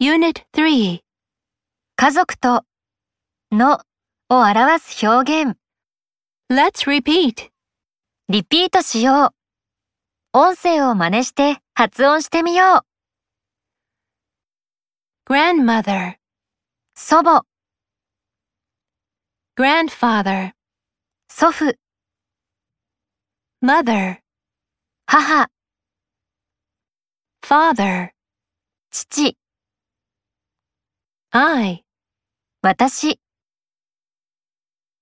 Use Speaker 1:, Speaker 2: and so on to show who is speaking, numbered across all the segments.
Speaker 1: Unit 3.
Speaker 2: 家族とのを表す表現、
Speaker 1: Let's repeat.
Speaker 2: リピートしよう。音声を真似して発音してみよう。
Speaker 1: Grandmother,
Speaker 2: 祖母、
Speaker 1: grandfather,
Speaker 2: 祖父、
Speaker 1: mother,
Speaker 2: 母、
Speaker 1: father,
Speaker 2: 父、
Speaker 1: I,
Speaker 2: 私、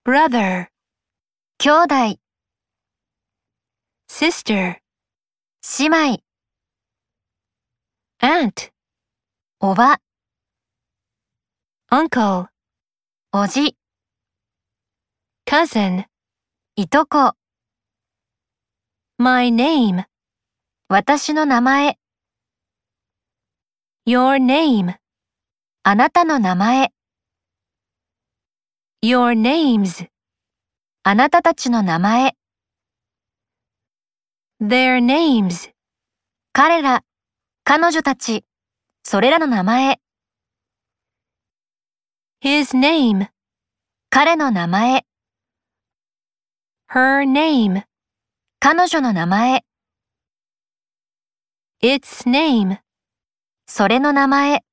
Speaker 1: brother,
Speaker 2: 兄弟、
Speaker 1: sister,
Speaker 2: 姉妹、
Speaker 1: aunt,
Speaker 2: おば、
Speaker 1: uncle,
Speaker 2: おじ、
Speaker 1: cousin,
Speaker 2: いとこ、
Speaker 1: my name,
Speaker 2: 私の名前、
Speaker 1: your name,
Speaker 2: あなたの名前、
Speaker 1: your names,
Speaker 2: あなたたちの名前、
Speaker 1: their names,
Speaker 2: 彼ら、彼女たち、それらの名前、
Speaker 1: his name,
Speaker 2: 彼の名前、
Speaker 1: her name,
Speaker 2: 彼女の名前、
Speaker 1: its name.
Speaker 2: それの名前。